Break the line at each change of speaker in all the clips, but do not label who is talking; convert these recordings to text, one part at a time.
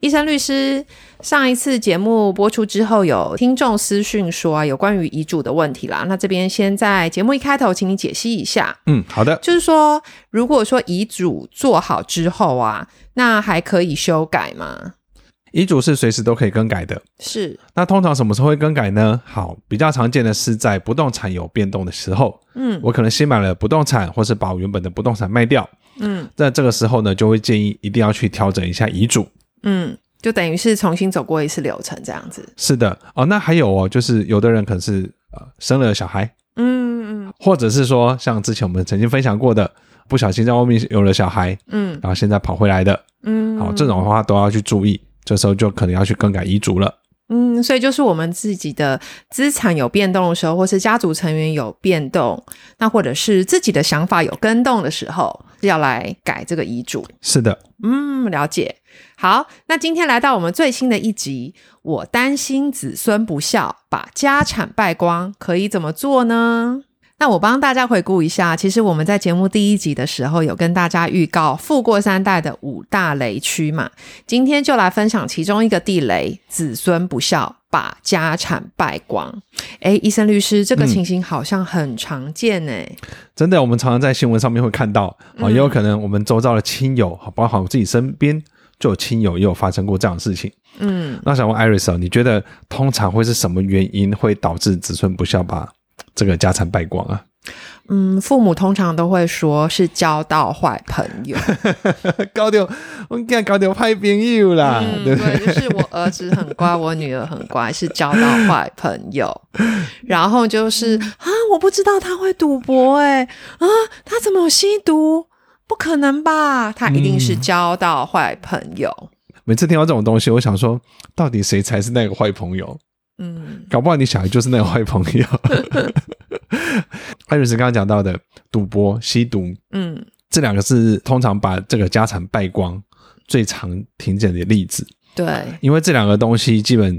医生律师，上一次节目播出之后，有听众私讯说啊，有关于遗嘱的问题啦。那这边先在节目一开头，请你解析一下。）。
嗯，好的，
就是说，如果说遗嘱做好之后啊，那还可以修改吗？
遗嘱是随时都可以更改的。
是，
那通常什么时候会更改呢？好，比较常见的是在不动产有变动的时候，
嗯
我可能新买了不动产，或是把我原本的不动产卖掉。
嗯
那这个时候呢，就会建议一定要去调整一下遗嘱。
嗯，就等于是重新走过一次流程这样子。
是的，哦，那还有哦，就是有的人可能是呃生了小孩，
嗯嗯
或者是说像之前我们曾经分享过的，不小心在外面有了小孩，
嗯
然后现在跑回来的，
嗯，
好，这种的话都要去注意，这时候就可能要去更改遗嘱了。
嗯，所以就是我们自己的资产有变动的时候，或是家族成员有变动，那或者是自己的想法有跟动的时候，要来改这个遗嘱。
是的，
嗯，了解。好，那今天来到我们最新的一集，我担心子孙不孝，把家产败光，可以怎么做呢？那我帮大家回顾一下，其实我们在节目第一集的时候有跟大家预告富过三代的五大雷区嘛，今天就来分享其中一个地雷：子孙不孝，把家产败光。诶，医生律师，这个
嗯
情形好像很常见呢、
真的，我们常常在新闻上面会看到，
嗯
啊、也有可能我们周遭的亲友，啊包含我自己身边就有亲友也有发生过这样的事情。
嗯，
那想问 Iris 哦，你觉得通常会是什么原因会导致子孙不孝把这个家产败光啊？
嗯，父母通常都会说是交到坏朋友。
搞掉，我跟搞掉派朋友啦，
嗯，
啊对
对
不对？
就是我儿子很乖，我女儿很乖，是交到坏朋友。然后就是
嗯
啊，我不知道他会赌博、欸，啊，他怎么有吸毒？不可能吧？他一定
嗯
是交到坏朋友。
每次听到这种东西，我想说，到底谁才是那个坏朋友？
嗯
搞不好你小孩就是那个坏朋友。 艾瑞斯刚刚讲到的赌博、吸毒，
嗯
这两个是通常把这个家产败光最常听见的例子，
对，
因为这两个东西基本，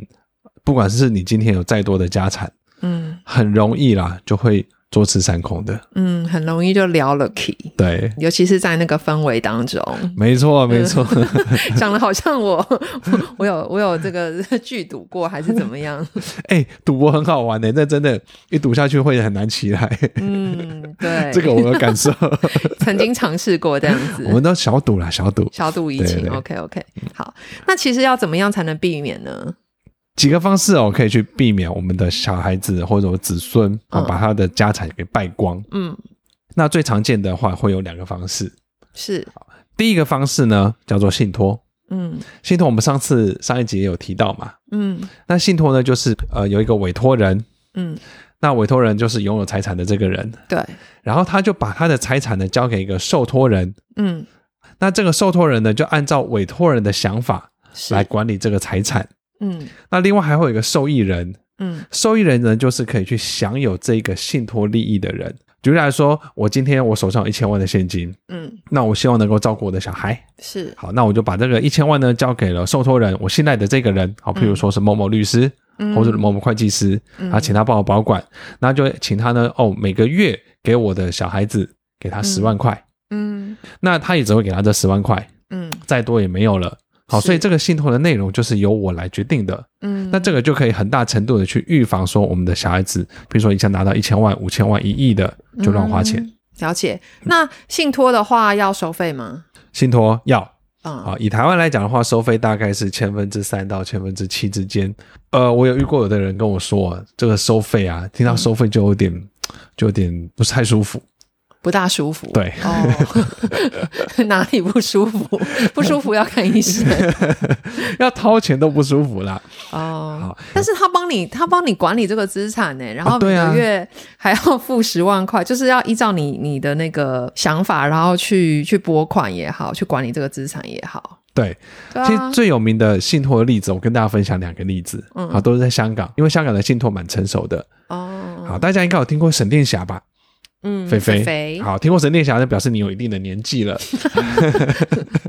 不管是你今天有再多的家产，
嗯
很容易啦就会坐吃山空的。
嗯，很容易就聊了 key，
对，
尤其是在那个氛围当中，
没错，没错。
讲的好像我我有我有这个剧赌过还是怎么样？
哎、赌博很好玩的、那真的，一赌下去会很难起来。
嗯，对，
这个我有感受，
曾经尝试过这样子。
我们都小赌啦，小赌。
消毒疫
对
情
对
o k OK，好，那其实要怎么样才能避免呢？
几个方式哦，可以去避免我们的小孩子或者我子孙啊、
嗯
把他的家产给败光。
嗯，
那最常见的话会有两个方式，
是，
第一个方式呢叫做信托。
嗯
信托我们上次上一集也有提到嘛，
嗯
那信托呢就是呃有一个委托人，
嗯，
那委托人就是拥有财产的这个人，
对，
然后他就把他的财产呢交给一个受托人，
嗯
那这个受托人呢就按照委托人的想法
是，
来管理这个财产。
嗯
那另外还会有一个受益人，
嗯
受益人呢，就是可以去享有这个信托利益的人。举例来说，我今天我手上有一千万的现金，
嗯
那我希望能够照顾我的小孩。
是，
好，那我就把这个一千万呢交给了受托人，我信赖的这个人。好，譬如说是某某律师，
嗯
或者某某会计师，
嗯
啊，请他帮我保管。那就请他呢，哦，每个月给我的小孩子给他十万块，
嗯
那他也只会给他这十万块，
嗯
再多也没有了。好，
是
所以这个信托的内容就是由我来决定的。
嗯，
那这个就可以很大程度的去预防说我们的小孩子，比如说一下拿到一千万、五千万、一亿的就乱花钱。
嗯了解。那信托的话要收费吗？
信托要
啊、
啊，以台湾来讲的话，收费大概是千分之三到千分之七之间。呃，我有遇过有的人跟我说，这个收费啊，听到收费就有点。就有点不是太舒服，
不大舒服。
对
哦， 哪里不舒服？不舒服要看医生。
要掏钱都不舒服啦。
哦
好，
但是他帮你，他帮你管理这个资产呢，然
啊
后每
对啊
个月还要付十万块， 就是要依照你你的那个想法，然后去去拨款也好，去管理这个资产也好。
对，
对
其实
啊，
最有名的信托的例子，我跟大家分享两个例子，啊
嗯
好，都是在香港，因为香港的信托蛮成熟的。啊
哦，
好，大家应该有听过沈殿霞吧？
嗯，
菲
肥
菲，好，听过沈殿霞，那表示你有一定的年纪了。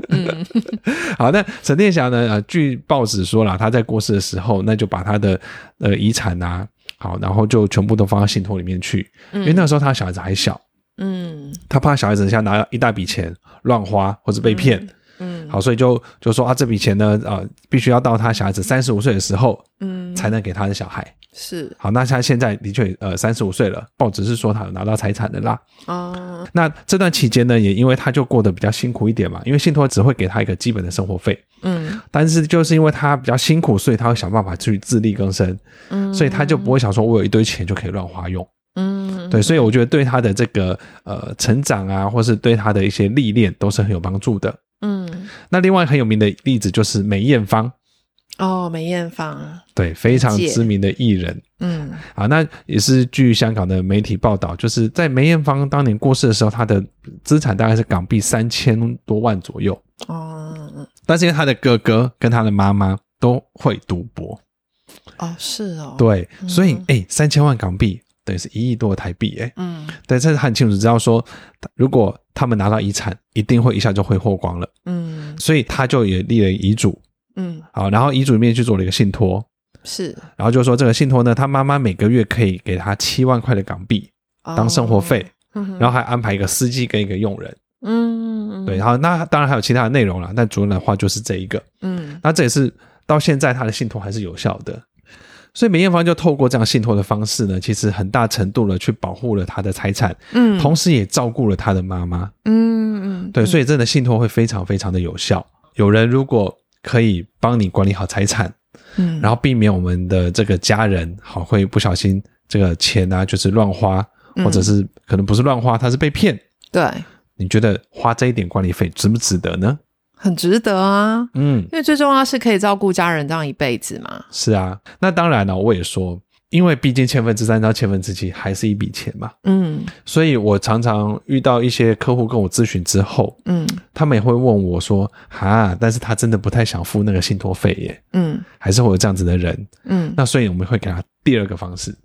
嗯
好，那沈殿霞呢？呃，据报纸说了，她在过世的时候，那就把她的呃遗产啊，好，然后就全部都放到信托里面去，因为那时候她小孩子还小，
嗯
她怕小孩子一下拿一大笔钱乱花或者被骗，
嗯
好，所以就就说啊，这笔钱呢，呃，必须要到她小孩子三十五岁的时候
嗯，
才能给她的小孩。
是
好，那她现在的确呃三十五岁了，报纸是说她有拿到财产的啦。
哦，
那这段期间呢，也因为他就过得比较辛苦一点嘛，因为信托只会给他一个基本的生活费，
嗯
但是就是因为他比较辛苦，所以他会想办法去自力更生，
嗯，
所以他就不会想说我有一堆钱就可以乱花用。
嗯
对，所以我觉得对他的这个呃成长啊，或是对他的一些历练都是很有帮助的。
嗯
那另外很有名的例子就是梅艳芳，
哦，梅艳芳，
对，非常
理解
知名的艺人。
嗯
啊，那也是据香港的媒体报道，就是在梅艳芳当年过世的时候，她的资产大概是港币三千多万左右。
哦
但是因为他的哥哥跟他的妈妈都会赌博，
哦是哦，，
对，
嗯
所以哎，三千万港币等于是一亿多台币，哎，
嗯
对，这是很清楚知道说，如果他们拿到遗产，一定会一下就挥霍光了，
嗯
所以他就也立了遗嘱，
嗯
好，然后遗嘱里面去做了一个信托，
是
然后就说这个信托呢，他妈妈每个月可以给他七万块的港币当生活费，，
哦嗯
然后还安排一个司机跟一个佣人，
嗯
对，然后那当然还有其他的内容啦，但主要的话就是这一个，
嗯
那这也是到现在他的信托还是有效的。所以梅艳芳就透过这样信托的方式呢，其实很大程度的去保护了他的财产，
嗯
同时也照顾了他的妈妈。
嗯嗯
对，所以真的信托会非常非常的有效。有人如果可以帮你管理好财产，
嗯
然后避免我们的这个家人好会不小心这个钱啊，就是乱花，
嗯
或者是可能不是乱花，他是被骗。
对
你觉得花这一点管理费值不值得呢？
很值得啊，
嗯，
因为最重要是可以照顾家人这样一辈子嘛。
是啊，那当然了，我也说，因为毕竟千分之三到千分之七还是一笔钱嘛，
嗯
所以我常常遇到一些客户跟我咨询之后，
嗯
他们也会问我说：“哈，但是他真的不太想付那个信托费耶。
嗯”
还是会有这样子的人，
嗯。
那所以我们会给他第二个方式。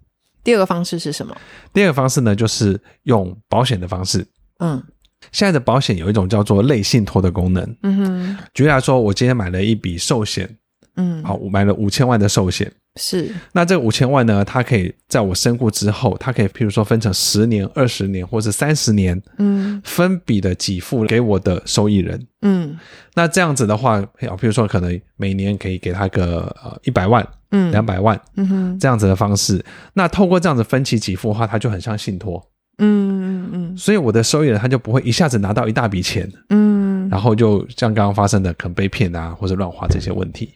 第二个方式是什么？
第二个方式呢，就是用保险的方式。
嗯
现在的保险有一种叫做类信托的功能。
嗯哼
举例来说，我今天买了一笔寿险，
嗯，
好，我买了五千万的寿险，
是
那这五千万呢，它可以在我身故之后，它可以譬如说分成十年、二十年或者三十年，
嗯
分笔的给付给我的受益人。
嗯
那这样子的话，啊，譬如说可能每年可以给他个呃一百万、
嗯
两百万
嗯哼
这样子的方式。那透过这样子分期给付的话，它就很像信托，
嗯嗯
所以我的受益人他就不会一下子拿到一大笔钱，
嗯嗯，
然后就像刚刚发生的可能被骗啊或者乱花这些问题。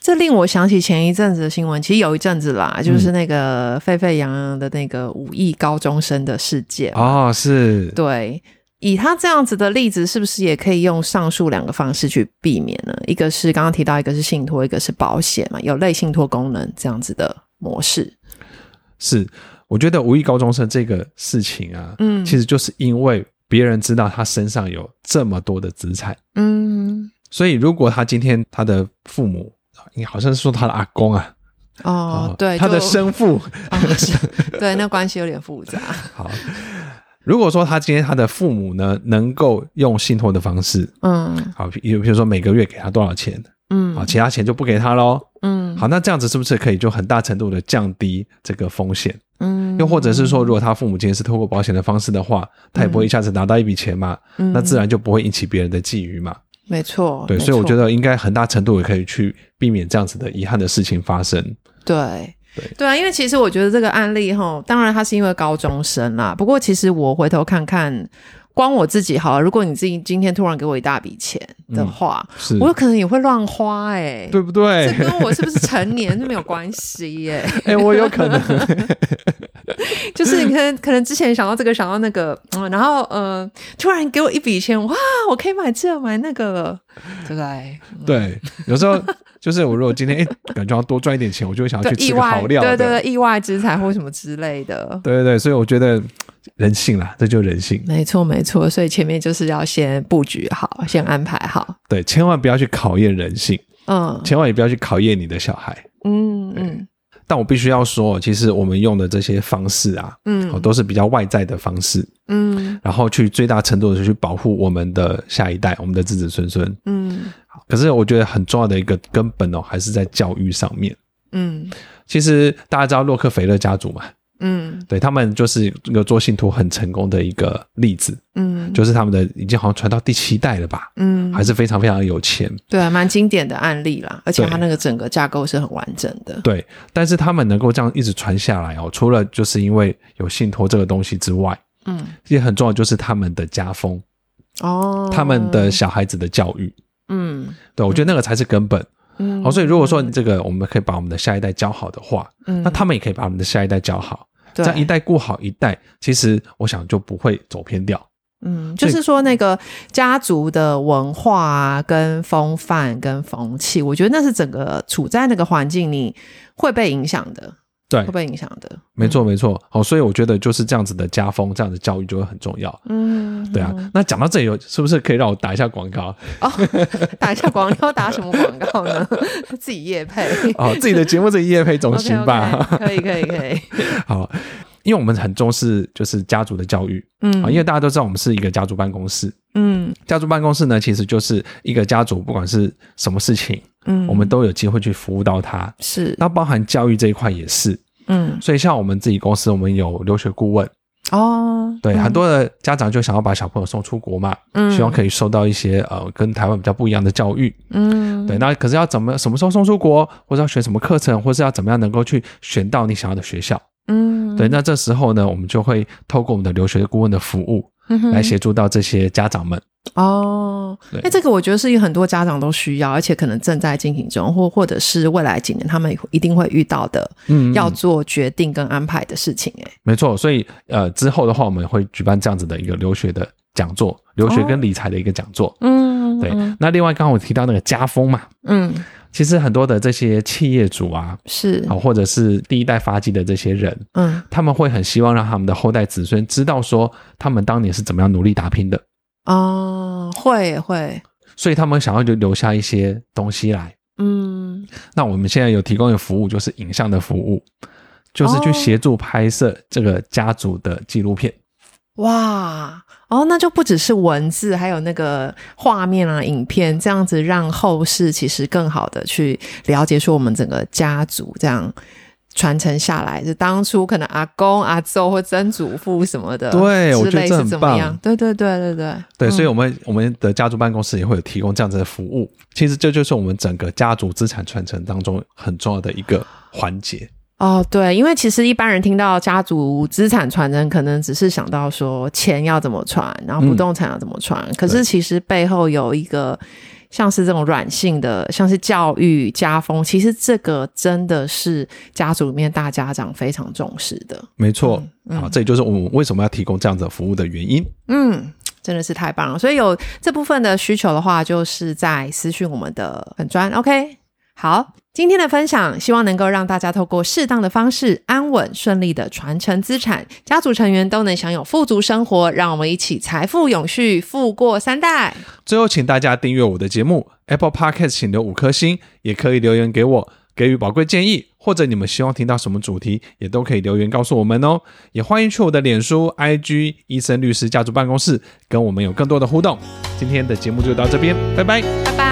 这令我想起前一阵子的新闻，其实有一阵子啦，
嗯
就是那个沸沸扬扬的那个五亿高中生的事件。
哦，是，
对，以他这样子的例子，是不是也可以用上述两个方式去避免呢？一个是刚刚提到，一个是信托，一个是保险嘛，有类信托功能这样子的模式。
是，我觉得无意高中生这个事情啊，
嗯
其实就是因为别人知道他身上有这么多的资产，
嗯，
所以如果他今天他的父母，你好像是说他的阿公啊，
哦，对，
他的
就
生 父，
啊，是对，那关系有点复杂。
好，如果说他今天他的父母呢，能够用信托的方式，
嗯
好，比比如说每个月给他多少钱，好，
嗯
其他钱就不给他喽。
嗯
好，那这样子是不是可以就很大程度的降低这个风险？
嗯，
又或者是说，如果他父母今天是透过保险的方式的话，他也不会一下子拿到一笔钱嘛，
嗯
那自然就不会引起别人的觊觎嘛。
没错，
对，
没
所以我
错
觉得应该很大程度也可以去避免这样子的遗憾的事情发生。
对。
对
对啊，因为其实我觉得这个案例哈，当然他是因为高中生啦。不过其实我回头看看，光我自己好了，如果你自己今天突然给我一大笔钱的
嗯
话，
是，
我有可能也会乱花哎、
对不对？
这跟我是不是成年是没有关系 耶、
哎、我有可 能，
就是你可能可能之前想到这个想到那个，嗯、然后呃，突然给我一笔钱，哇，我可以买这买那个了，对不对？
对，有时候就是我如果今天哎、感觉要多赚一点钱，我就会想要
对
去吃
意
个
外，
好料
对
的。
对对，意外之财或什么之类的，
对对对所以我觉得人性啦，这就人性。
没错，没错，所以前面就是要先布局好，先安排好。
对，千万不要去考验人性，
嗯
千万也不要去考验你的小孩。
嗯嗯
但我必须要说，其实我们用的这些方式啊，哦，
嗯
都是比较外在的方式，
嗯
然后去最大程度的去保护我们的下一代，我们的子子孙孙。
嗯
可是我觉得很重要的一个根本哦，还是在教育上面。
嗯
其实大家知道洛克菲勒家族嘛，
嗯
对他们就是有做信徒很成功的一个例子，
嗯，
就是他们的已经好像传到第七代了吧，
嗯
还是非常非常有钱。
对啊，蛮经典的案例啦，而且
对
它那个整个架构是很完整的。
对，但是他们能够这样一直传下来哦，除了就是因为有信托这个东西之外，
嗯
也很重要就是他们的家风，
哦，
他们的小孩子的教育。
嗯
对，我觉得那个才是根本。
嗯，
哦好，所以如果说你这个我们可以把我们的下一代教好的话，
嗯
那他们也可以把我们的下一代教好，这
对
样一代顾好一代，其实我想就不会走偏掉。
嗯，就是说那个家族的文化啊，跟风范跟风气，我觉得那是整个处在那个环境，你会被影响的，
对
会，被影响的。
没错没错。好，所以我觉得就是这样子的家风，这样的教育就会很重要。
嗯，
对啊，那讲到这里，有是不是可以让我打一下广 告？
哦，打一下广告，打什么广告呢？ 自己业配。
哦，自己的节目这夜配总
OK，
行吧？
可以，可以，可以。
好，因为我们很重视就是家族的教育
嗯
啊，因为大家都知道我们是一个家族办公室，
嗯
家族办公室呢其实就是一个家族，不管是什么事情，
嗯，
我们都有机会去服务到他。
是
那包含教育这一块也是，
嗯
所以像我们自己公司，我们有留学顾问，
哦，
对、
嗯
很多的家长就想要把小朋友送出国嘛，
嗯
希望可以受到一些呃跟台湾比较不一样的教育。
嗯
对，那可是要怎么什么时候送出国，或者要选什么课程，或是要怎么样能够去选到你想要的学校？
嗯
对，那这时候呢，我们就会透过我们的留学顾问的服务
嗯哼
来协助到这些家长们。
哦，
对
那这个我觉得是很多家长都需要，而且可能正在进行中，或或者是未来几年他们一定会遇到的，
嗯
要做决定跟安排的事情、欸。哎，
没错，所以呃之后的话，我们会举办这样子的一个留学的讲座，留学跟理财的一个讲座。
哦嗯
对，那另外刚刚我提到那个家风嘛，
嗯，
其实很多的这些企业主啊，
是
啊，或者是第一代发迹的这些人，
嗯
他们会很希望让他们的后代子孙知道说他们当年是怎么样努力打拼的，
哦，会会，
所以他们想要就留下一些东西来。
嗯
那我们现在有提供的服务就是影像的服务，就是去
哦
协助拍摄这个家族的纪录片。
哇。哦，那就不只是文字，还有那个画面啊、影片，这样子让后世其实更好的去了解说我们整个家族这样传承下来，就当初可能阿公、阿祖或曾祖父什么的，
对我
之
觉得
类
这
是
很
怎么样
棒？
对对对对对，
对，
嗯
所以我们、我们的家族办公室也会有提供这样子的服务。其实这就是我们整个家族资产传承当中很重要的一个环节。
哦，对，因为其实一般人听到家族资产传承，可能只是想到说钱要怎么传，然后不
嗯
动产要怎么传，可
对
是其实背后有一个像是这种软性的，像是教育家风，其实这个真的是家族里面大家长非常重视的。
没错，好，这也就是我们为什么要提供这样子的服务的原因。
嗯，真的是太棒了。所以有这部分的需求的话，就是在私讯我们的粉砖。OK，好，今天的分享希望能够让大家透过适当的方式，安稳顺利的传承资产，家族成员都能享有富足生活。让我们一起财富永续，富过三代。
最后，请大家订阅我的节目 Apple Podcast，请留五颗星，也可以留言给我，给予宝贵建议，或者你们希望听到什么主题，也都可以留言告诉我们哦。也欢迎去我的脸书、IG 医生律师家族办公室，跟我们有更多的互动。今天的节目就到这边，拜拜。
拜拜。